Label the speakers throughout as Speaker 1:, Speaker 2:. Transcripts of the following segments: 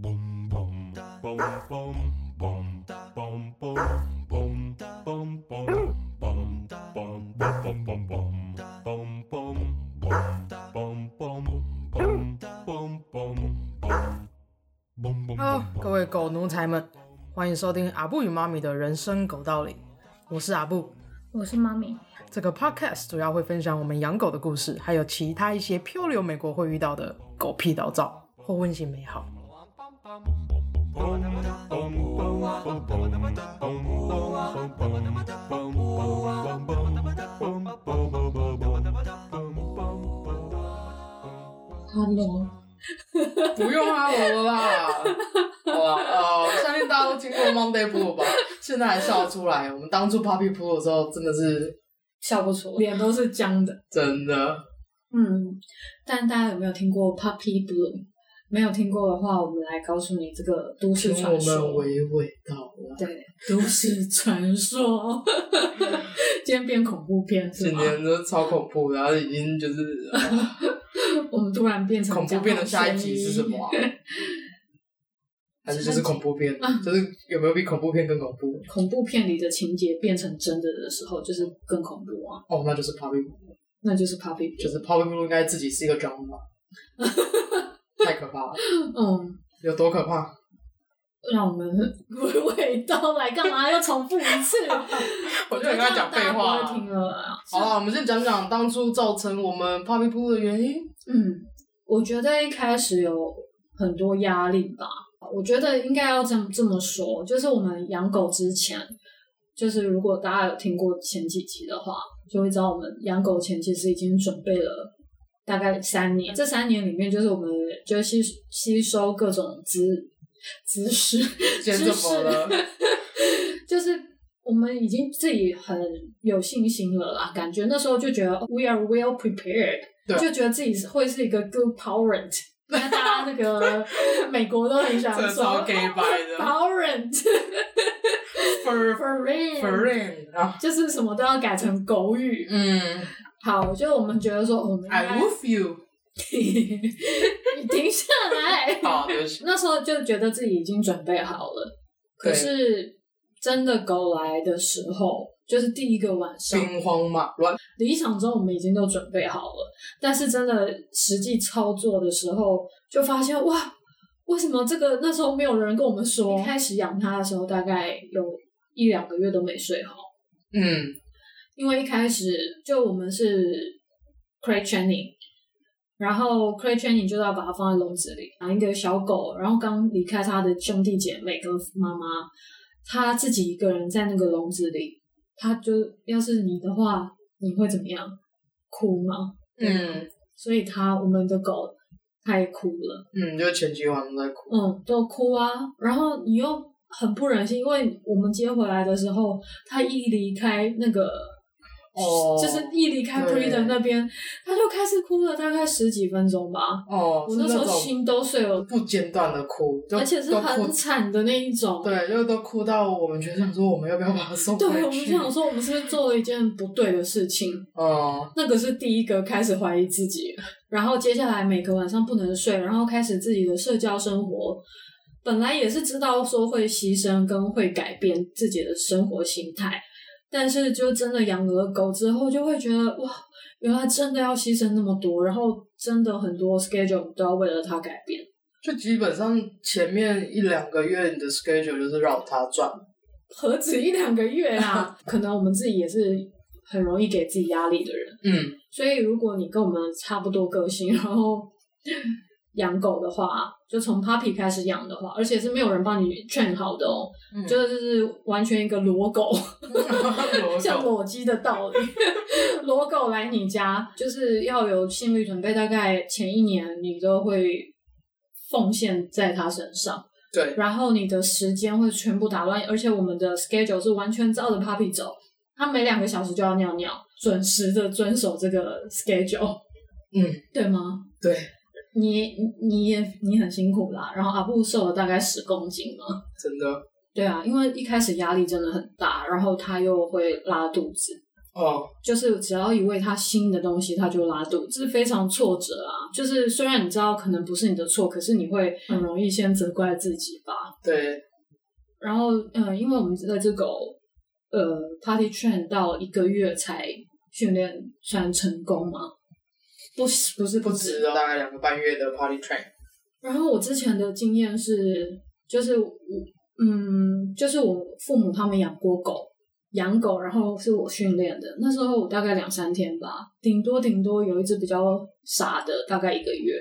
Speaker 1: Boom boom boom boom boom boom boom boom boom boom boom boom boom boom boom boom boom boom boom boom boom boom boom boom. boom boom
Speaker 2: Hello，
Speaker 1: boom
Speaker 2: 各位狗奴才们，欢迎收听阿布与妈咪的人生狗道理。我是阿布，
Speaker 3: 我是妈咪，
Speaker 2: 这个 podcast 主要会分享我们养狗的故事，还有其他一些漂流美国会遇到的狗屁倒灶或温馨美好。哦
Speaker 3: Hello，
Speaker 2: 不用哈喽了啦，好啦，呃，我相信大家都听过 Monday Blue 吧，现在还笑得出来。我们当初 Puppy Blue 的时候，真的是
Speaker 3: 笑不出，脸都是僵的。
Speaker 2: 真的
Speaker 3: 嗯，但大家有没有听过 Puppy Blue？没有听过的话，我们来告诉你这个都市
Speaker 2: 听我
Speaker 3: 传
Speaker 2: 们
Speaker 3: 说。
Speaker 2: 娓娓道啊来。
Speaker 3: 对， 都市 传说。今天变恐怖片是
Speaker 2: 今
Speaker 3: 吗？
Speaker 2: 天都超恐怖，然后已经就是 呃
Speaker 3: 我们突然变成
Speaker 2: 恐怖片的下一集是什 么、啊？还是就是恐嗯怖片？就是有没有比恐怖片更恐怖？
Speaker 3: 恐怖片里的情节变成真的的时候，就是更恐怖啊！
Speaker 2: 哦，那就是 Poppy，Blue
Speaker 3: 那就是 Puppy
Speaker 2: 就
Speaker 3: Blue。
Speaker 2: 是 Poppy Blue 应该自己是一个 drama，太可怕了，
Speaker 3: 嗯，
Speaker 2: 有多可怕？
Speaker 3: 让我们 娓娓道来，干嘛要重复一次？
Speaker 2: 我就很跟他讲废话
Speaker 3: 大家不会听
Speaker 2: 啊。
Speaker 3: 了啊。
Speaker 2: 好了，我们先讲讲当初造成我们 Poppy Blue 的原因。
Speaker 3: 嗯，我觉得一开始有很多压力吧。我觉得应该要这么这么说，就是我们养狗之前，就是如果大家有听过前几集的话，就会知道我们养狗前其实已经准备了大概三年。这三年里面，就是我们就吸吸收各种知知识，
Speaker 2: 今天怎么了？
Speaker 3: 就是我们已经自己很有信心了啦，感觉那时候就觉得哦 we are well prepared，
Speaker 2: 对
Speaker 3: 就觉得自己是会是一个 good parent。那 大家 那个美国都很喜欢
Speaker 2: 这
Speaker 3: 说
Speaker 2: 超 gay 白的
Speaker 3: parent
Speaker 2: For
Speaker 3: for
Speaker 2: for
Speaker 3: real，
Speaker 2: rain 啊，
Speaker 3: 就是什么都要改成狗语。
Speaker 2: 嗯
Speaker 3: 好，就我们觉得说哦我们应
Speaker 2: ，I
Speaker 3: 该
Speaker 2: move you。
Speaker 3: 你 停下来。
Speaker 2: 好，对不起。
Speaker 3: 那时候就觉得自己已经准备好了，可
Speaker 2: 对
Speaker 3: 是真的狗来的时候，就是第一个晚上，
Speaker 2: 兵荒马乱，
Speaker 3: 理想中我们已经都准备好了，但是真的实际操作的时候，就发现哇，为什么这个那时候没有人跟我们说？一开始养它的时候，大概有一两个月都没睡好，
Speaker 2: 嗯，
Speaker 3: 因为一开始就我们是 crate training，然后 crate training 就是要把它放在笼子里，养一个小狗，然后刚离开它的兄弟姐妹跟妈妈，它自己一个人在那个笼子里，它就要是你的话，你会怎么样？哭吗？
Speaker 2: 嗯
Speaker 3: 所以它我们的狗它也哭了。
Speaker 2: 嗯，就是前几晚都在哭。
Speaker 3: 嗯，都哭啊。然后你又很不忍心，因为我们接回来的时候，他一离开那个，
Speaker 2: 哦
Speaker 3: 就是一离开
Speaker 2: 对
Speaker 3: Breeder 那边，他就开始哭了，大概十几分钟吧。
Speaker 2: 哦，
Speaker 3: 我那时候
Speaker 2: 是
Speaker 3: 心都碎
Speaker 2: 那
Speaker 3: 了
Speaker 2: 种，不间断的哭，就
Speaker 3: 而且是
Speaker 2: 都哭
Speaker 3: 很，惨的那一种。
Speaker 2: 对，就都哭到我们觉得想说，我们要不要把它送
Speaker 3: 对，
Speaker 2: 回去？
Speaker 3: 我们想说，我们是不是做了一件不对的事情？
Speaker 2: 哦，
Speaker 3: 那个是第一个开始怀疑自己，然后接下来每个晚上不能睡，然后开始自己的社交生活。本来也是知道说会牺牲跟会改变自己的生活形态，但是就真的养了狗之后，就会觉得哇，原来真的要牺牲那么多，然后真的很多 schedule 都要为了它改变。
Speaker 2: 就基本上前面一两个月你的 schedule 就是绕它转。
Speaker 3: 何止一两个月啊！可能我们自己也是很容易给自己压力的人。
Speaker 2: 嗯，
Speaker 3: 所以，如果你跟我们差不多个性，然后养狗的话，就从 puppy 开始养的话，而且是没有人帮你劝好的哦，
Speaker 2: 嗯
Speaker 3: 就是就是完全一个裸狗，
Speaker 2: 裸
Speaker 3: 像
Speaker 2: 狗，
Speaker 3: 裸鸡的 道理，裸狗来你家就是要有心理准备，大概前一年你都会奉献在它身上，
Speaker 2: 对，
Speaker 3: 然后你的时间会全部打乱，而且我们的 schedule 是完全照着 puppy 走，它每两个小时就要尿尿，准时的遵守这个 schedule。
Speaker 2: 嗯，
Speaker 3: 对吗？
Speaker 2: 对，
Speaker 3: 你你也你很辛苦啦。然后阿布瘦了大概十公斤嘛。
Speaker 2: 真的，
Speaker 3: 对啊，因为一开始压力真的很大，然后他又会拉肚子，
Speaker 2: 哦，
Speaker 3: 就是只要一喂它新的东西，它就拉肚子，是非常挫折啊。就是虽然你知道可能不是你的错，可是你会很容易先责怪自己吧。
Speaker 2: 对，
Speaker 3: 然后，嗯、因为我们这只狗，呃，Party Train 到一个月才训练算成功嘛，不是不是
Speaker 2: 不
Speaker 3: 不
Speaker 2: 止
Speaker 3: 止。
Speaker 2: 哦大概两个半月的 Party Train，
Speaker 3: 然后我之前的经验是，就是我，嗯，就是我父母他们养过狗，养狗，然后是我训练的。那时候我大概两三天吧，顶多顶多有一只比较傻的，大概一个月。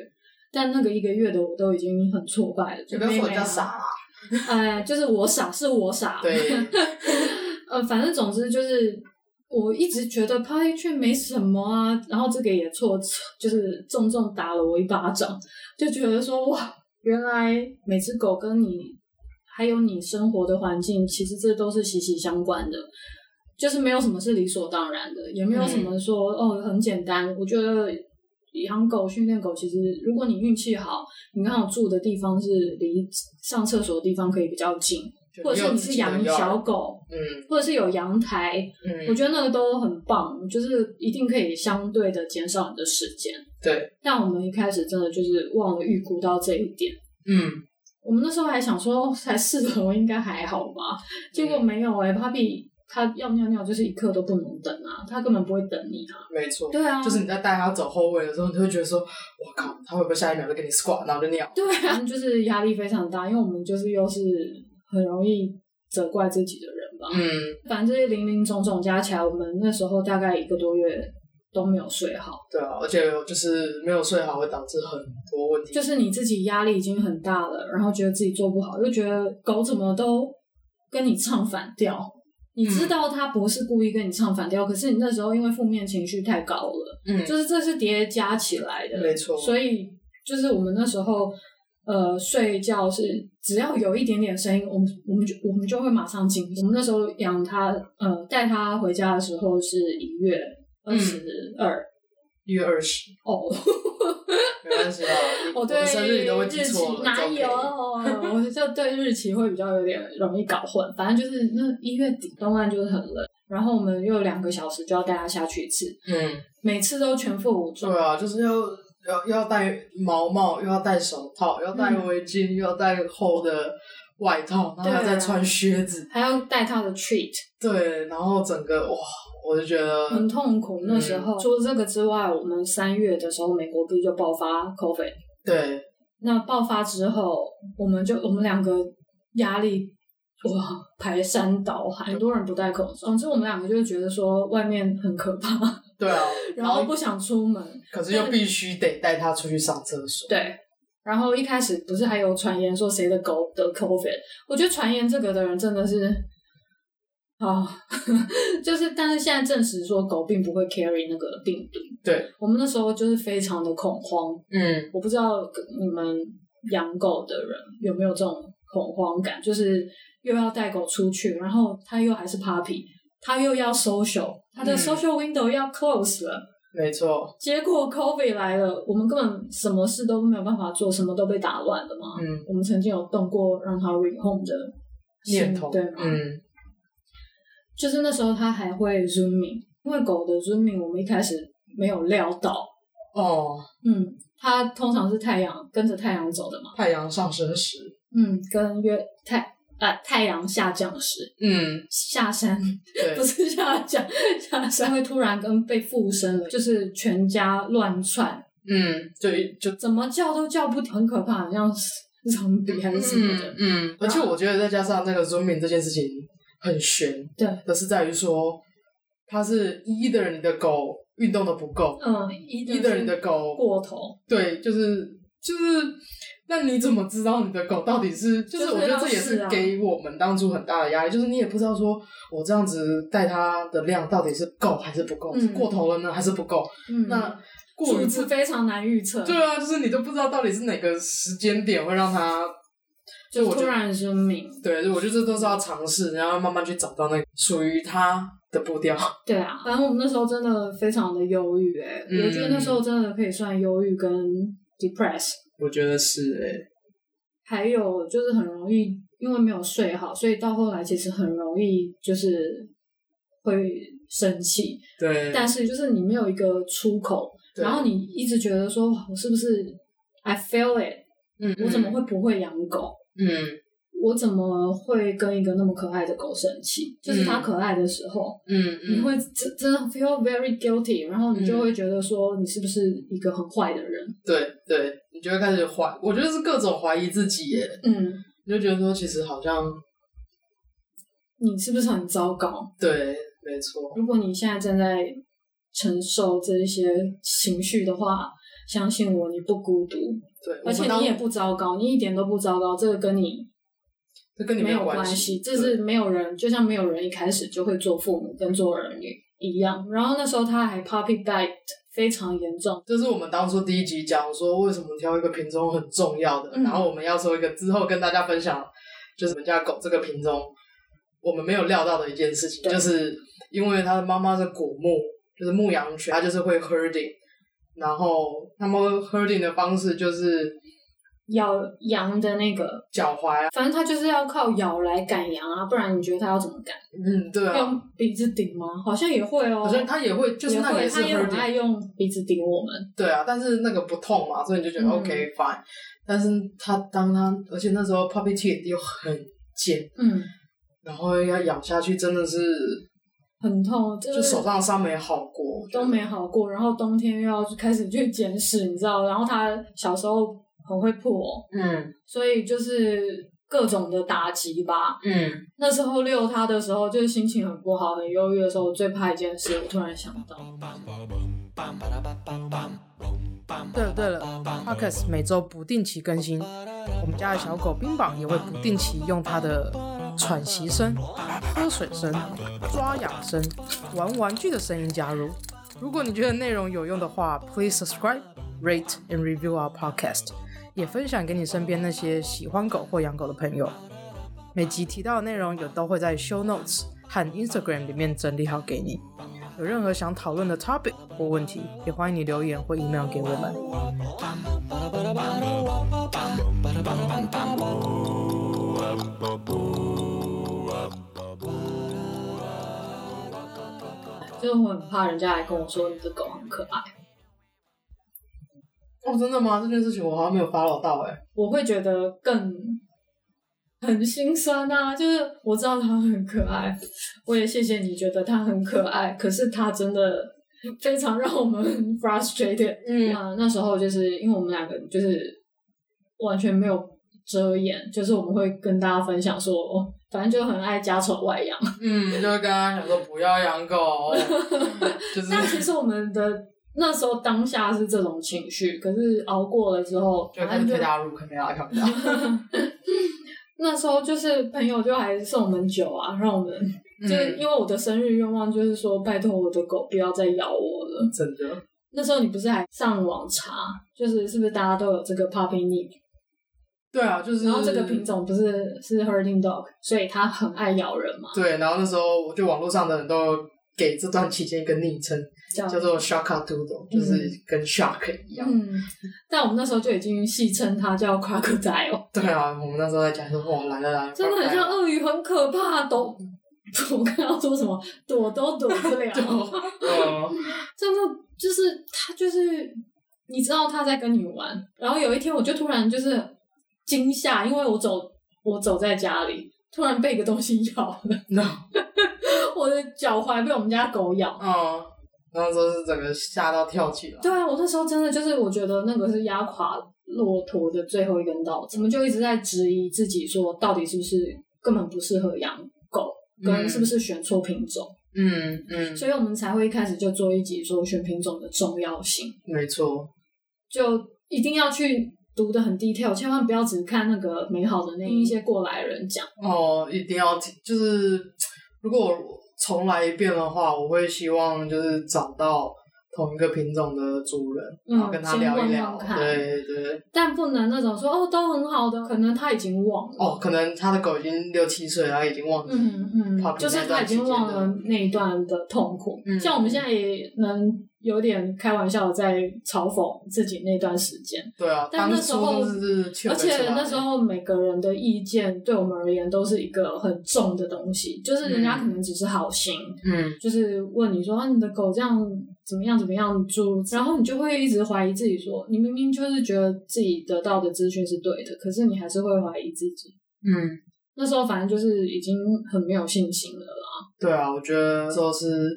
Speaker 3: 但那个一个月的我都已经很挫败了，
Speaker 2: 就
Speaker 3: 就
Speaker 2: 不要说
Speaker 3: 妹
Speaker 2: 人
Speaker 3: 妹
Speaker 2: 家
Speaker 3: 啊
Speaker 2: 傻啦，
Speaker 3: 哎，就是我傻，是我傻。
Speaker 2: 对，
Speaker 3: 呃，反正总之就是，我一直觉得 Party 却没什么啊，然后这个也错，就是重重打了我一巴掌，就觉得说哇，原来每只狗跟你还有你生活的环境，其实这都是息息相关的。就是没有什么是理所当然的，也没有什么说、哦很简单。我觉得养狗、训练狗，其实如果你运气好，你刚好住的地方是离上厕所的地方可以比较近，
Speaker 2: 就
Speaker 3: 或者是
Speaker 2: 有
Speaker 3: 你
Speaker 2: 自
Speaker 3: 是
Speaker 2: 己的
Speaker 3: 养
Speaker 2: 药
Speaker 3: 小，狗，
Speaker 2: 嗯
Speaker 3: 或者是有阳台，我
Speaker 2: 嗯，
Speaker 3: 觉得那个都很棒，就是一定可以相对的减少你的时间。
Speaker 2: 对，
Speaker 3: 但我们一开始真的就是忘了预估到这一点。
Speaker 2: 嗯，
Speaker 3: 我们那时候还想说，才四头应该还好吧，结果
Speaker 2: 嗯
Speaker 3: 没有哎、欸、，Papi 他要尿尿就是一刻都不能等啊，他根本不会等你啊。
Speaker 2: 没错。
Speaker 3: 对啊，
Speaker 2: 就是你在带它走后卫的时候，你就会觉得说，我靠，它会不会下一秒就给你 squat，然后就尿？
Speaker 3: 对啊，就是压力非常大，因为我们就是又是很容易责怪自己的人吧。
Speaker 2: 嗯，
Speaker 3: 反正这些零零总总加起来，我们那时候大概一个多月都没有睡好。
Speaker 2: 对啊，而且就是没有睡好会导致很多问题。
Speaker 3: 就是你自己压力已经很大了，然后觉得自己做不好，又觉得狗怎么都跟你唱反调。你知
Speaker 2: 嗯
Speaker 3: 道它不是故意跟你唱反调，可是你那时候因为负面情绪太高了，
Speaker 2: 嗯，
Speaker 3: 就是这是叠加起来的，
Speaker 2: 没错
Speaker 3: 所以就是我们那时候呃睡觉是只要有一点点声音，我们我们就我们就会马上惊醒。我们那时候养它呃带它回家的时候是一月二十二
Speaker 2: 一月二十，
Speaker 3: 哦。，
Speaker 2: 没关系啦
Speaker 3: 我哦对
Speaker 2: 的生日你都会记
Speaker 3: 日
Speaker 2: 错了，
Speaker 3: 期哪哦
Speaker 2: it's okay
Speaker 3: 有？ 我就对日期会比较有点容易搞混。反正就是那一月底，东岸就是很冷，然后我们又两个小时就要带它下去一次，
Speaker 2: 嗯，
Speaker 3: 每次都全副武装。
Speaker 2: 对啊，就是要要要戴毛帽，又要戴手套，又要戴
Speaker 3: 嗯
Speaker 2: 围巾，又要戴厚的外套，然后还要再
Speaker 3: 对啊
Speaker 2: 穿靴子，
Speaker 3: 还要带它的 treat，
Speaker 2: 对，然后整个哇，我就觉得
Speaker 3: 很痛苦。那时候、除了这个之外，我们三月的时候，美国不是就爆发 COVID？
Speaker 2: 对，
Speaker 3: 那爆发之后，我们就我们两个压力哇排山倒海，很多人不戴口罩。总之，我们两个就觉得说外面很可怕，
Speaker 2: 对啊，
Speaker 3: 然后不想出门。
Speaker 2: 可是又必须得带他出去上厕所。
Speaker 3: 对，然后一开始不是还有传言说谁的狗得 COVID？我觉得传言这个的人真的是啊， 就是但是现在证实说狗并不会 carry 那个病毒。
Speaker 2: 对，
Speaker 3: 我们那时候就是非常的恐慌，
Speaker 2: 嗯，
Speaker 3: 我不知道你们养狗的人有没有这种恐慌感，就是又要带狗出去，然后它又还是 puppy，它又要 social，它的
Speaker 2: 嗯
Speaker 3: social window 要 close 了。
Speaker 2: 没错，
Speaker 3: 结果 COVID 来了，我们根本什么事都没有办法做，什么都被打乱了嘛。
Speaker 2: 嗯，
Speaker 3: 我们曾经有动过让他 re home 的心
Speaker 2: 念头，
Speaker 3: 对啊吗？
Speaker 2: 嗯，
Speaker 3: 就是那时候他还会 zooming，因为狗的 zooming 我们一开始没有料到，
Speaker 2: 哦，
Speaker 3: 嗯，它通常是太阳跟着太阳走的嘛，
Speaker 2: 太阳上升时，
Speaker 3: 嗯，跟约太呃太阳下降时
Speaker 2: 嗯，
Speaker 3: 下山
Speaker 2: 对
Speaker 3: 不，是下降下山会突然跟被附身了，就是全家乱窜。
Speaker 2: 嗯，就就
Speaker 3: 怎么叫都叫不停，很可怕，好像是 zombie 还是什么的。
Speaker 2: 嗯，嗯而且我觉得再加上那个 zooming 这件事情很悬，
Speaker 3: 对，
Speaker 2: 的是在于说，它是 either 你的狗运动的不够
Speaker 3: 嗯，一
Speaker 2: ，either 你的狗
Speaker 3: 过头，
Speaker 2: 对，就是就是，那你怎么知道你的狗到底是？就
Speaker 3: 就是是
Speaker 2: 我觉得这也
Speaker 3: 要试
Speaker 2: 是
Speaker 3: 啊
Speaker 2: 给我们当初很大的压力，就是你也不知道说我这样子带它的量到底是够还是不够，
Speaker 3: 嗯
Speaker 2: 是过头了呢还是不够？
Speaker 3: 嗯，
Speaker 2: 那过于
Speaker 3: 数
Speaker 2: 不
Speaker 3: 字非常难预测，
Speaker 2: 对啊，就是你都不知道到底是哪个时间点会让它。
Speaker 3: 就
Speaker 2: 我觉
Speaker 3: 突
Speaker 2: 得
Speaker 3: 然生命，
Speaker 2: 对，我觉得这都是要尝试，然后慢慢去找到那个属于他的步调。
Speaker 3: 对啊，反正我们那时候真的非常的忧郁、欸，
Speaker 2: 嗯
Speaker 3: 我觉得那时候真的可以算忧郁跟 depress，
Speaker 2: 我觉得是诶、
Speaker 4: 欸
Speaker 3: 还有就是很容易因为没有睡好，所以到后来其实很容易就是会生气，
Speaker 4: 对，
Speaker 3: 但是就是你没有一个出口，
Speaker 4: 对
Speaker 3: 然后你一直觉得说哇我是不是 I fail it，
Speaker 4: 嗯，
Speaker 3: 我怎么会不会养狗？
Speaker 4: 嗯
Speaker 3: 我怎么会跟一个那么可爱的狗生气？就是它可爱的时候，
Speaker 4: 嗯，嗯
Speaker 3: 你会真真的 feel very guilty，然后你就
Speaker 4: 嗯
Speaker 3: 会觉得说你是不是一个很坏的人？
Speaker 4: 对对，你就会开始怀，我觉得是各种怀疑自己耶，
Speaker 3: 嗯，
Speaker 4: 你就觉得说其实好像
Speaker 3: 你是不是很糟糕？
Speaker 4: 对，没错，
Speaker 3: 如果你现在正在承受这一些情绪的话，相信我，你不孤独，
Speaker 4: 对，
Speaker 3: 而且
Speaker 4: 我们当
Speaker 3: 你也不糟糕，你一点都不糟糕，这个跟你
Speaker 4: 这跟你
Speaker 3: 没
Speaker 4: 有
Speaker 3: 有关系，
Speaker 4: 系，嗯
Speaker 3: 这是没有人，就像没有人一开始就会做父母跟做儿女一样。然后那时候他还 puppy bite 非常严重，
Speaker 4: 这是我们当初第一集讲说为什么挑一个品种很重要的，
Speaker 3: 嗯
Speaker 4: 然后我们要说一个之后跟大家分享，就是我们家狗这个品种我们没有料到的一件事情，
Speaker 3: 对
Speaker 4: 就是因为它的妈妈是古牧，就是牧羊犬，它就是会 herding，然后他们 herding 的方式就是
Speaker 3: 咬羊的那个，
Speaker 4: 脚踝啊，
Speaker 3: 反正他就是要靠咬来赶羊啊，不然你觉得他要怎么赶？
Speaker 4: 嗯，对啊，
Speaker 3: 用鼻子顶吗？好像也会哦，
Speaker 4: 好像它也会，就是
Speaker 3: 也
Speaker 4: 那
Speaker 3: 会，
Speaker 4: 也
Speaker 3: 他
Speaker 4: 是
Speaker 3: 也很
Speaker 4: herding，
Speaker 3: 爱用鼻子顶我们。
Speaker 4: 对啊，但是那个不痛嘛，所以你就觉得、
Speaker 3: 嗯
Speaker 4: OK fine。但是它当它，而且那时候 puppy teeth 又很尖，
Speaker 3: 嗯，
Speaker 4: 然后要咬下去真的是，
Speaker 3: 很痛，就
Speaker 4: 就是手上的伤没好过，
Speaker 3: 都没好过。然后冬天又要开始去捡屎，你知道？然后他小时候很会破，哦
Speaker 4: 嗯
Speaker 3: 所以就是各种的打击吧。
Speaker 4: 嗯，
Speaker 3: 那时候遛它的时候，就是心情很不好、很忧郁的时候，我最怕一件事，我突然想到，
Speaker 2: 对了对了，Podcast 每周不定期更新，我们家的小狗冰榜也会不定期用它的喘息声、喝水声、抓痒声、玩玩具的声音加入。如果你觉得内容有用的话，please subscribe, rate and review our podcast，也分享给你身边那些喜欢狗或养狗的朋友。每集提到的内容也都会在 show notes 和 Instagram 里面整理好给你。有任何想讨论的 topic 或问题，也欢迎你留言或 email 给我们。
Speaker 3: 就是我很怕人家来跟我说你的狗很可爱，
Speaker 4: 哦，真的吗？这件事情我好像没有 follow 到哎、
Speaker 3: 我会觉得更很心酸啊。就是我知道它很可爱，我也谢谢你觉得它很可爱，可是它真的非常让我们 frustrated。
Speaker 4: 嗯
Speaker 3: 那那时候就是因为我们两个就是完全没有遮掩，就是我们会跟大家分享说，哦，反正就很爱家丑外扬。
Speaker 4: 嗯，就跟他讲说不要养 狗，就是
Speaker 3: 但其实我们的那时候当下是这种情绪，可是熬过了之后，
Speaker 4: 就
Speaker 3: 反
Speaker 4: 开
Speaker 3: 正
Speaker 4: 始
Speaker 3: 就
Speaker 4: 推大家入坑，没拉看 不到。
Speaker 3: 那时候就是朋友就还送我们酒啊，让我们、
Speaker 4: 嗯
Speaker 3: 就是因为我的生日愿望就是说，拜托我的狗不要再咬我了。
Speaker 4: 真的，
Speaker 3: 那时候你不是还上网查，就是是不是大家都有这个 puppy need？
Speaker 4: 嗯对啊，就是
Speaker 3: 然后这个品种不是是 herding dog，所以它很爱咬人嘛，
Speaker 4: 对，然后那时候我就网络上的人都给这段期间一个昵称，
Speaker 3: 叫
Speaker 4: 叫做 Shark Doodle，就是跟 Shark 一样。
Speaker 3: 嗯。但我们那时候就已经戏称它叫 crocodile，
Speaker 4: 对啊，我们那时候在讲说，哇，来了来了，
Speaker 3: 真的很像鳄鱼，很可怕，躲。 我刚刚说什么躲都躲不了，
Speaker 4: 对嗯，
Speaker 3: 真的就是它就是你知道它在跟你玩，然后有一天我就突然就是惊吓，因为我走我走在家里，突然被一个东西 咬了，
Speaker 4: No
Speaker 3: 我的脚踝被我们家狗咬，
Speaker 4: 嗯，然后就是整个吓到跳起来。
Speaker 3: 对啊，我那时候真的就是，我觉得那个是压垮骆驼的最后一根稻草。我们就一直在质疑自己，说到底是不是根本不适合养狗，跟
Speaker 4: 嗯
Speaker 3: 是不是选错品种，
Speaker 4: 嗯嗯，
Speaker 3: 所以我们才会一开始就做一集说选品种的重要性，
Speaker 4: 没错，
Speaker 3: 就一定要去读的很 detail，千万不要只看那个美好的那一
Speaker 4: 嗯
Speaker 3: 些过来人讲。
Speaker 4: 哦，一定要听就是，如果我重来一遍的话，我会希望就是找到同一个品种的主人，
Speaker 3: 嗯
Speaker 4: 然后跟他聊一聊。
Speaker 3: 先问问看
Speaker 4: 对对，
Speaker 3: 但不能那种说哦都很好的，可能他已经忘了。
Speaker 4: 哦，可能他的狗已经六七岁了，他已经忘记。
Speaker 3: 嗯嗯，
Speaker 4: Puppy
Speaker 3: 就是他已经忘了那一段的痛苦。
Speaker 4: 嗯
Speaker 3: 像我们现在也能有点开玩笑在嘲讽自己那段时间，
Speaker 4: 对啊，
Speaker 3: 但
Speaker 4: 当
Speaker 3: 那时
Speaker 4: 初
Speaker 3: 候
Speaker 4: 就是确
Speaker 3: 而
Speaker 4: 认出
Speaker 3: 且
Speaker 4: 来
Speaker 3: 那时候每个人的意见对我们而言都是一个很重的东西，就是人家可能只是好心，
Speaker 4: 嗯，
Speaker 3: 就是问你说、啊、你的狗这样怎么样怎么样住，然后你就会一直怀疑自己说，你明明就是觉得自己得到的资讯是对的，可是你还是会怀疑自己。
Speaker 4: 嗯，
Speaker 3: 那时候反正就是已经很没有信心了啦，
Speaker 4: 对啊，我觉得那时候是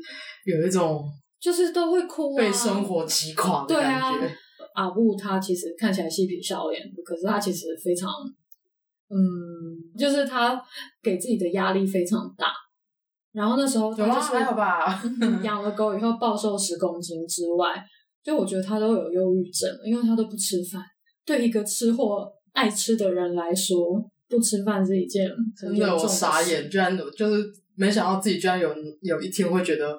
Speaker 4: 有一种
Speaker 3: 就是都会哭、啊，
Speaker 4: 被生活击垮的
Speaker 3: 对
Speaker 4: 感
Speaker 3: 啊
Speaker 4: 觉。，
Speaker 3: 阿布他其实看起来嬉皮笑脸，可是他其实非常，嗯，就是他给自己的压力非常大。然后那时候
Speaker 4: 有
Speaker 3: 他
Speaker 4: 吗？
Speaker 3: 就是
Speaker 4: 还好吧。
Speaker 3: 养了狗以后暴瘦十公斤之外，就我觉得他都有忧郁症，因为他都不吃饭。对一个吃货爱吃的人来说，不吃饭是一件很
Speaker 4: 真
Speaker 3: 严
Speaker 4: 的，
Speaker 3: 重
Speaker 4: 我
Speaker 3: 的
Speaker 4: 傻
Speaker 3: 事
Speaker 4: 眼，居然就是没想到自己居然有有一天会觉得我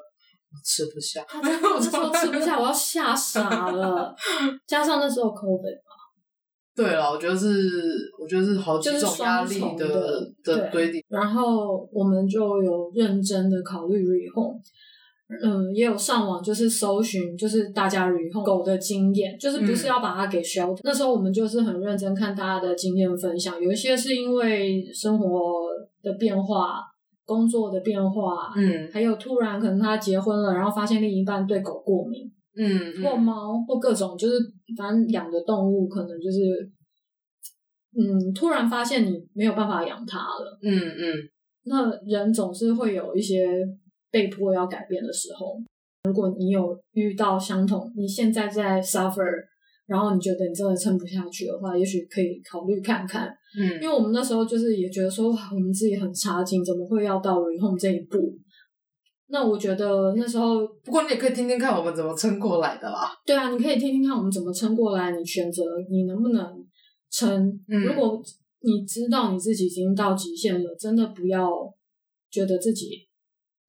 Speaker 4: 吃不下。
Speaker 3: 他真的那时候吃不下，我要吓傻 了。加上那时候 COVID，
Speaker 4: 对了，我觉得是，我觉得是好几
Speaker 3: 就是
Speaker 4: 种压
Speaker 3: 双
Speaker 4: 力
Speaker 3: 重
Speaker 4: 的
Speaker 3: 对
Speaker 4: 的堆叠。
Speaker 3: 然后我们就有认真的考虑 rehome，嗯，也有上网就是搜寻，就是大家 rehome 狗的经验，就是不
Speaker 4: 嗯
Speaker 3: 是要把它给 shelter、那时候我们就是很认真看大家的经验分享，有一些是因为生活的变化、工作的变化，
Speaker 4: 嗯
Speaker 3: 还有突然可能他结婚了，然后发现另一半对狗过敏，
Speaker 4: 嗯，
Speaker 3: 或
Speaker 4: 嗯
Speaker 3: 猫或各种，就是反正养的动物可能就是，嗯，突然发现你没有办法养它了。
Speaker 4: 嗯嗯，
Speaker 3: 那人总是会有一些被迫要改变的时候。如果你有遇到相同，你现在在 suffer，然后你觉得你真的撑不下去的话，也许可以考虑看看。
Speaker 4: 嗯
Speaker 3: 因为我们那时候就是也觉得说，哇，我们自己很差劲，怎么会要到 r e home 这一步？那我觉得那时候，
Speaker 4: 不过你也可以听听看我们怎么撑过来的啦。
Speaker 3: 对啊，你可以听听看我们怎么撑过来，你选择你能不能撑。
Speaker 4: 嗯
Speaker 3: 如果你知道你自己已经到极限了，真的不要觉得自己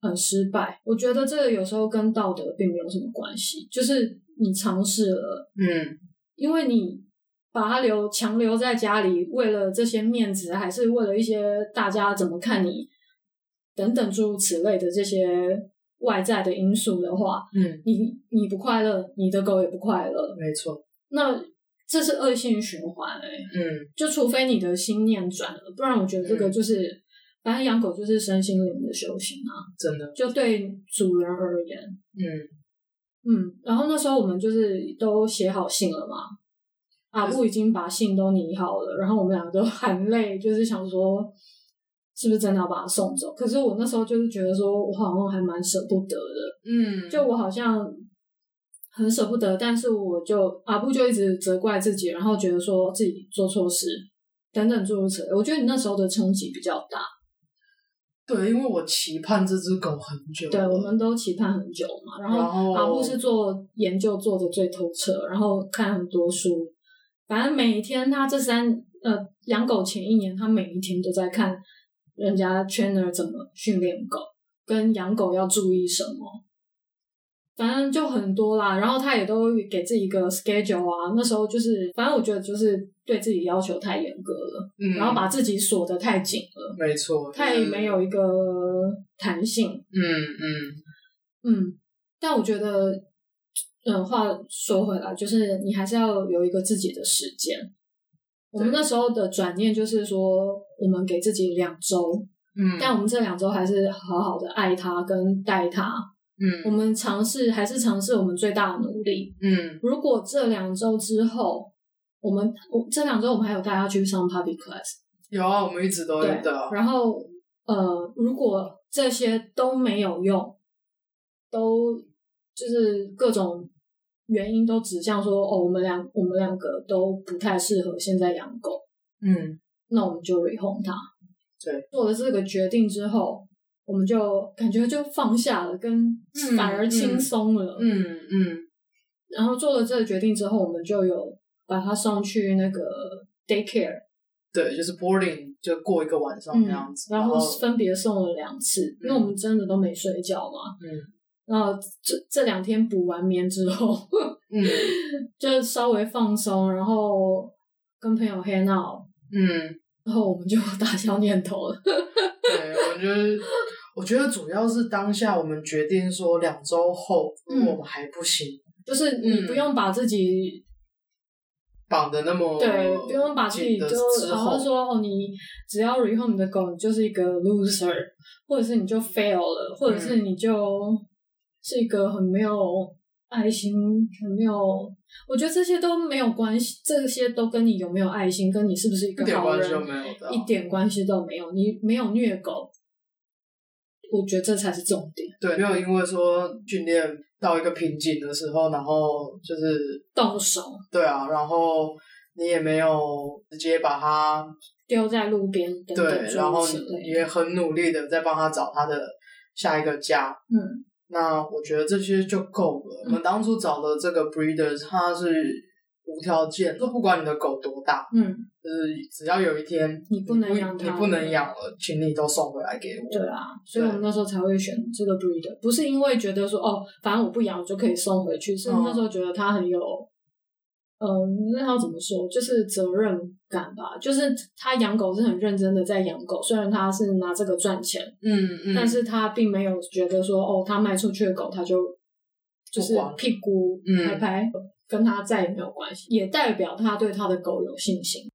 Speaker 3: 很失败。我觉得这个有时候跟道德并没有什么关系，就是你尝试了，
Speaker 4: 嗯
Speaker 3: 因为你把它留强留在家里，为了这些面子，还是为了一些大家怎么看你等等诸如此类的这些外在的因素的话，
Speaker 4: 嗯，
Speaker 3: 你你不快乐，你的狗也不快乐，
Speaker 4: 没错。
Speaker 3: 那这是恶性循环、欸。
Speaker 4: 嗯
Speaker 3: 就除非你的心念转了，不然我觉得这个就是，反正养狗就是身心灵的修行啊。，
Speaker 4: 真的。
Speaker 3: 就对主人而言，
Speaker 4: 嗯，
Speaker 3: 嗯，然后那时候我们就是都写好信了嘛，阿布已经把信都拟好了，然后我们两个都 含泪，就是想说。是不是真的要把它送走？可是我那时候就是觉得说，我好像还蛮舍不得的，
Speaker 4: 嗯，
Speaker 3: 就我好像很舍不得，但是我就阿布就一直责怪自己，然后觉得说自己做错事等等诸如此类。我觉得你那时候的冲击比较大，
Speaker 4: 对，因为我期盼这只狗很久了。
Speaker 3: 对我们都期盼很久嘛。然
Speaker 4: 然后
Speaker 3: 后阿布是做研究做的最透彻，然后看很多书，反正每一天他这三呃养狗前一年，他每一天都在看人家 trainer 怎么训练狗，跟养狗要注意什么。反正就很多啦，然后他也都给自己一个 schedule 啊。那时候就是，反正我觉得就是对自己要求太严格了，
Speaker 4: 嗯，
Speaker 3: 然后把自己锁得太紧了，
Speaker 4: 没错，
Speaker 3: 太
Speaker 4: 就是
Speaker 3: 没有一个弹性。
Speaker 4: 嗯嗯
Speaker 3: 嗯，但我觉得，嗯，话说回来，就是你还是要有一个自己的时间。我们
Speaker 4: 对
Speaker 3: 那时候的转念就是说，我们给自己两周，
Speaker 4: 嗯，
Speaker 3: 但我们这两周还是好好的爱它跟带它。我
Speaker 4: 嗯
Speaker 3: 们尝试还是尝试我们最大的努力。
Speaker 4: 嗯
Speaker 3: 如果这两周之后，我们我这两周我们还有带它去上 puppy class，
Speaker 4: 有啊，我们一直都有
Speaker 3: 对
Speaker 4: 的啊。
Speaker 3: 然后呃，如果这些都没有用，都就是各种原因都指向说，哦，我们两我们两个都不太适合现在养狗，
Speaker 4: 嗯
Speaker 3: 那我们就 r 哄它。
Speaker 4: 对，
Speaker 3: 做了这个决定之后，我们就感觉就放下了，跟
Speaker 4: 嗯
Speaker 3: 反而轻松了。
Speaker 4: 嗯嗯
Speaker 3: 然后做了这个决定之后，我们就有把它送去那个 daycare，
Speaker 4: 对，就是 boarding 就过一个晚上那样子，
Speaker 3: 嗯然
Speaker 4: 后
Speaker 3: 后分别送了两次，因为我们真的都没睡觉嘛。
Speaker 4: 嗯。
Speaker 3: 然后这这两天补完眠之后，
Speaker 4: 嗯
Speaker 3: 就稍微放松，然后跟朋友 hang out，
Speaker 4: 嗯，
Speaker 3: 然后我们就打消念头了。
Speaker 4: 对，我们就是我觉得主要是当下我们决定说两周后，
Speaker 3: 嗯
Speaker 4: 如果我们还不行，
Speaker 3: 就是你不
Speaker 4: 嗯
Speaker 3: 用把自己、
Speaker 4: 绑的那么
Speaker 3: 对，不用把自己
Speaker 4: 紧
Speaker 3: 就
Speaker 4: 的哦之
Speaker 3: 然
Speaker 4: 后
Speaker 3: 后，说哦，你只要 r e h o m 你的狗，你就是一个 loser，或者 是你就 fail 了，或者是你就是一个很没有爱心，很没有。我觉得这些都没有关系，这些都跟你有没有爱心，跟你是不是一
Speaker 4: 一
Speaker 3: 个
Speaker 4: 点
Speaker 3: 好
Speaker 4: 关系
Speaker 3: 人
Speaker 4: 都没有的啊，
Speaker 3: 一点关系都没有。你没有虐狗，我觉得这才是重点。
Speaker 4: 对，没有因为说训练到一个瓶颈的时候，然后就是
Speaker 3: 动手
Speaker 4: 对啊，然后你也没有直接把它
Speaker 3: 丢在路边等等
Speaker 4: 对，然
Speaker 3: 诸
Speaker 4: 后
Speaker 3: 如此
Speaker 4: 你
Speaker 3: 类的。
Speaker 4: 也很努力的在帮他找他的下一个家。
Speaker 3: 嗯，
Speaker 4: 那我觉得这些就够了。我们当初找的这个 breeder，他是无条件，就不管你的狗多大，
Speaker 3: 嗯，
Speaker 4: 就是只要有一天
Speaker 3: 你不能养它
Speaker 4: 你不能养了，请你都送回来给我。
Speaker 3: 对啊，所以我们那时候才会选这个 breeder，不是因为觉得说哦，反正我不养我就可以送回去，是
Speaker 4: 嗯
Speaker 3: 那时候觉得它很有，嗯、那要怎么说，就是责任感吧，就是他养狗是很认真的在养狗，虽然他是拿这个赚钱，
Speaker 4: 嗯嗯，
Speaker 3: 但是他并没有觉得说哦，他卖出去的狗他就就是
Speaker 4: 不管了
Speaker 3: 屁股
Speaker 4: 嗯
Speaker 3: 拍拍，跟他再也没有关系，也代表他对他的狗有信心。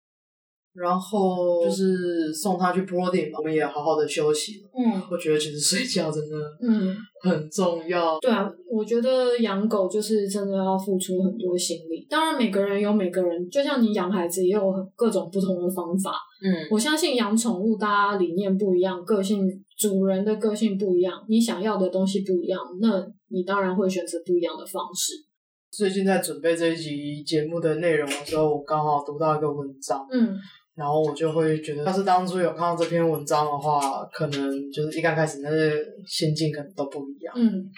Speaker 4: 然后就是送他去 boarding，我们也好好的休息了。
Speaker 3: 嗯
Speaker 4: 我觉得其实 睡觉真的
Speaker 3: 嗯，
Speaker 4: 很重要。
Speaker 3: 对啊，我觉得养狗就是真的要付出很多心力。当然，每个人有每个人，就像你养孩子也有很各种不同的方法。
Speaker 4: 嗯
Speaker 3: 我相信养宠物，大家理念不一样，个性主人的个性不一样，你想要的东西不一样，那你当然会选择不一样的方式。
Speaker 4: 最近在准备这一集节目的内容的时候，我刚好读到一个文章，
Speaker 3: 嗯
Speaker 4: 然后我就会觉得，要是当初有看到这篇文章的话，可能就是一刚开始那些心境可能都不一样。
Speaker 3: 嗯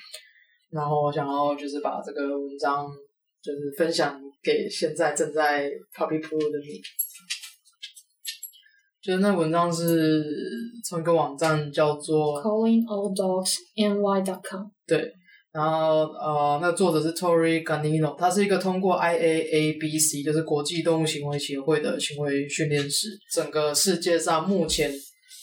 Speaker 4: 然后我想要就是把这个文章就是分享给现在正在 Puppy Pro 的你。就是那文章是从一个网站叫做
Speaker 3: ，Calling all dogs ny.com。
Speaker 4: 然后呃，那作者是 Tori Ganino，他是一个通过 IAABC，就是国际动物行为协会的行为训练师。整个世界上目前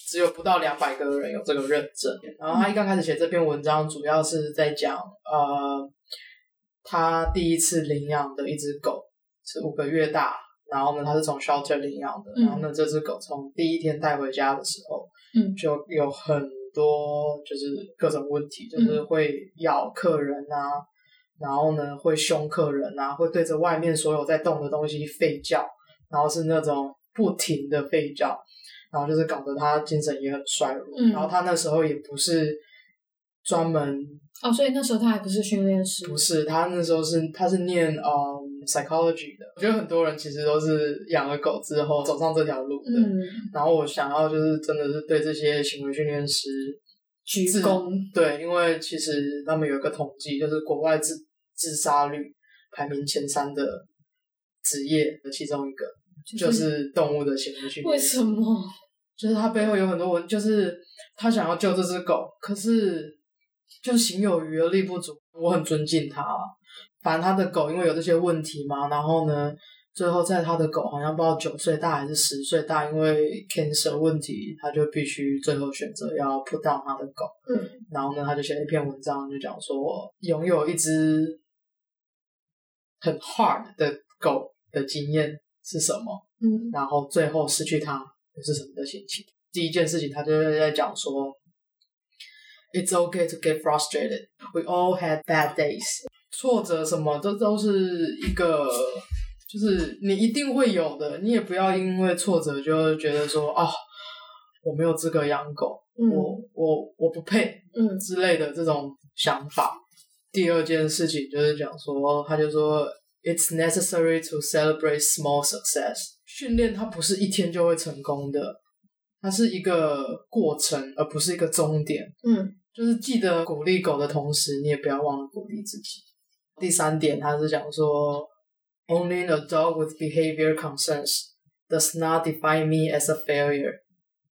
Speaker 4: 只有不到两百个人有这个认证。然后他一刚开始写这篇文章，主要是在讲呃，他第一次领养的一只狗是五个月大，然后呢，他是从 shelter 领养的，
Speaker 3: 嗯
Speaker 4: 然后呢，这只狗从第一天带回家的时候，
Speaker 3: 嗯
Speaker 4: 就有很多就是各种问题，
Speaker 3: 嗯
Speaker 4: 就是会咬客人啊，然后呢会凶客人啊，会对着外面所有在动的东西吠叫，然后是那种不停的吠叫，然后就是搞得他精神也很衰弱，
Speaker 3: 嗯
Speaker 4: 然后他那时候也不是专门
Speaker 3: 哦，所以那时候他还不是训练师。
Speaker 4: 不是，他那时候是他是念嗯、psychology 的。我觉得很多人其实都是养了狗之后走上这条路的。
Speaker 3: 嗯，
Speaker 4: 然后我想要就是真的是对这些行为训练师
Speaker 3: 鞠
Speaker 4: 自
Speaker 3: 躬。
Speaker 4: 对，因为其实他们有一个统计，就是国外自自杀率排名前三的职业的其中一个就
Speaker 3: 就是
Speaker 4: 是动物的行为训练师。
Speaker 3: 为什么？
Speaker 4: 就是他背后有很多文，就是他想要救这只狗，可是就行有余而力不足。我很尊敬他啦，反正他的狗因为有这些问题嘛，然后呢，最后在他的狗好像不知道九岁大还是十岁大，因为 cancer 问题，他就必须最后选择要 put down 他的狗。
Speaker 3: 嗯，
Speaker 4: 然后呢，他就写了一篇文章，就讲说拥有一只很 hard 的狗的经验是什么。
Speaker 3: 嗯
Speaker 4: 然后最后失去它，又是什么的心情？第一件事情，他就是在讲说，It's okay to get frustrated. We all had bad days. 挫折什么，这都是一个，就是你一定会有的。你也不要因为挫折就觉得说，哦，我没有资格养狗，
Speaker 3: 嗯
Speaker 4: 我我我不配，
Speaker 3: 嗯
Speaker 4: 之类的这种想法。第二件事情就是讲说，他就说，it's necessary to celebrate small success。训练它不是一天就会成功的，它是一个过程，而不是一个终点。
Speaker 3: 嗯
Speaker 4: 就是记得鼓励狗的同时，你也不要忘了鼓励自己。第三点，他是讲说，Only a dog with behavior concerns does not define me as a failure。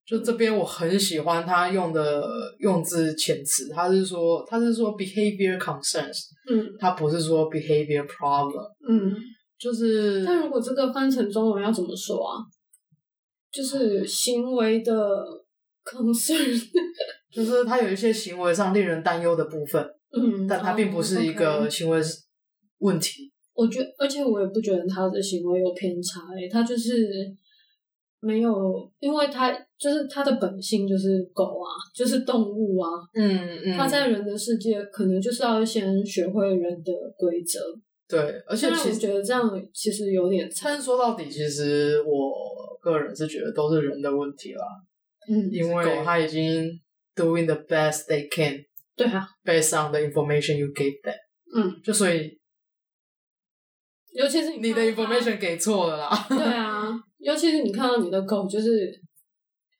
Speaker 4: 就这边我很喜欢他用的用字遣词，他是说他是说 behavior concerns，
Speaker 3: 嗯
Speaker 4: 他不是说 behavior problem，
Speaker 3: 嗯。
Speaker 4: 就是
Speaker 3: 但如果这个翻成中文要怎么说啊？就是行为的 concern，
Speaker 4: 就是它有一些行为上令人担忧的部分，
Speaker 3: 嗯，
Speaker 4: 但它并不是一
Speaker 3: 哦
Speaker 4: 个
Speaker 3: ，OK
Speaker 4: 行为问题。
Speaker 3: 我觉而且我也不觉得他的行为有偏差、欸，他就是没有，因为他就是他的本性就是狗啊，就是动物啊，
Speaker 4: 嗯嗯，
Speaker 3: 他在人的世界可能就是要先学会人的规则。
Speaker 4: 对，而且
Speaker 3: 虽然
Speaker 4: 其
Speaker 3: 我
Speaker 4: 实
Speaker 3: 觉得这样其实有点差，
Speaker 4: 但说到底，其实我个人是觉得都是人的问题啦，
Speaker 3: 嗯，
Speaker 4: 因
Speaker 3: 狗
Speaker 4: 为它已经 doing the best they can
Speaker 3: 对啊，
Speaker 4: based on the information you gave them，
Speaker 3: 嗯，
Speaker 4: 就所以
Speaker 3: 尤其是
Speaker 4: 你的
Speaker 3: 看到它
Speaker 4: information 给错了啦。
Speaker 3: 对啊，尤其是你看到你的狗就是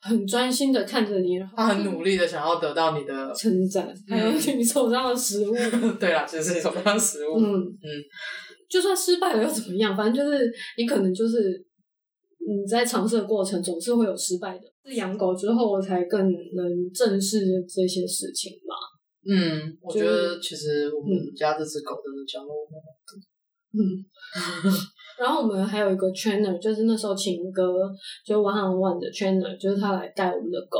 Speaker 3: 很专心的看着你，然后
Speaker 4: 他很努力嗯的想要得到你的，
Speaker 3: 称赞，还有你手上的食物，
Speaker 4: 嗯 对啦，其实是一种当食物。
Speaker 3: 嗯嗯，就算失败了又怎么样？反正就是你可能就是你在尝试的过程总是会有失败的。是养狗之后，我才更能正视这些事情吧。
Speaker 4: 嗯，我觉得其实我们
Speaker 3: 嗯
Speaker 4: 家这只狗真的教了我们，
Speaker 3: 嗯，然后我们还有一个 trainer，就是那时候请一个就 one on one 的 trainer，就是他来带我们的狗。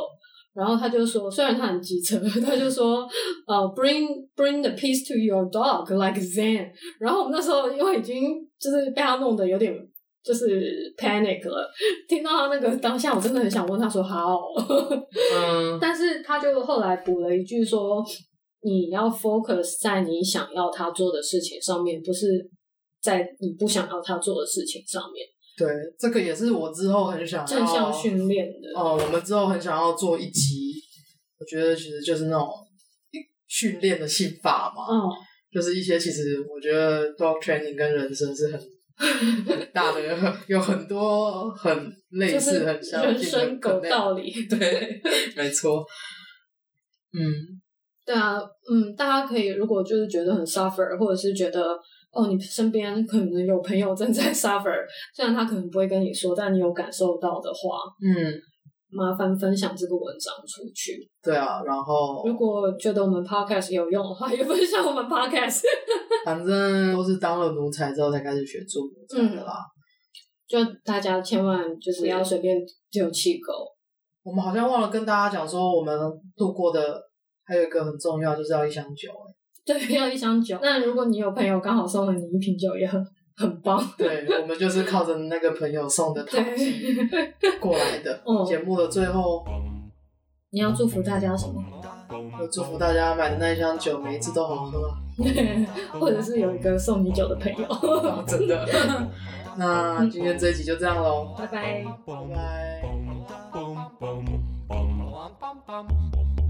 Speaker 3: 然后他就说，虽然他很机车，他就说，呃、b r i n g bring the peace to your dog like Zen。然后我们那时候因为已经就是被他弄得有点就是 panic 了，听到他那个当下，我真的很想问他说 好，
Speaker 4: 嗯，
Speaker 3: 但是他就后来补了一句说，你要 focus 在你想要他做的事情上面，不是在你不想要他做的事情上面。
Speaker 4: 对，这个也是我之后很想要
Speaker 3: 正向训练的，
Speaker 4: 哦，我们之后很想要做一集，我觉得其实就是那种训练的心法嘛，
Speaker 3: 哦，
Speaker 4: 就是一些其实我觉得 dog training 跟人生是很很大的，有很多很类
Speaker 3: 就
Speaker 4: 似、
Speaker 3: 是
Speaker 4: 很相
Speaker 3: 人
Speaker 4: 近的
Speaker 3: 生狗
Speaker 4: connect
Speaker 3: 道理。
Speaker 4: 对，没错，嗯，
Speaker 3: 对啊，嗯，大家可以如果就是觉得很 suffer，或者是觉得哦，你身边可能有朋友正在 suffer，虽然他可能不会跟你说，但你有感受到的话，
Speaker 4: 嗯，
Speaker 3: 麻烦分享这个文章出去。
Speaker 4: 对啊，然 后
Speaker 3: 如果觉得我们 podcast 有用的话，也分享我们 podcast。
Speaker 4: 反正都是当了奴才之后才开始学做奴才的啦。
Speaker 3: 嗯就大家千万就是要随便丢弃狗。
Speaker 4: 我们好像忘了跟大家讲说，我们度过的还有一个很重要，就是要一箱酒、欸
Speaker 3: 对，要一箱酒。那如果你有朋友刚好送了你一瓶酒，也很很棒。
Speaker 4: 对，我们就是靠着那个朋友送的糖
Speaker 3: 对，
Speaker 4: 过来的
Speaker 3: 哦。
Speaker 4: 节目的最后，
Speaker 3: 你要祝福大家什么？
Speaker 4: 我祝福大家买的那一箱酒，每一次都好喝啊、
Speaker 3: 或者是有一个送你酒的朋友。
Speaker 4: 真的。那今天这一集就这样喽，
Speaker 3: 拜拜。
Speaker 4: 拜拜。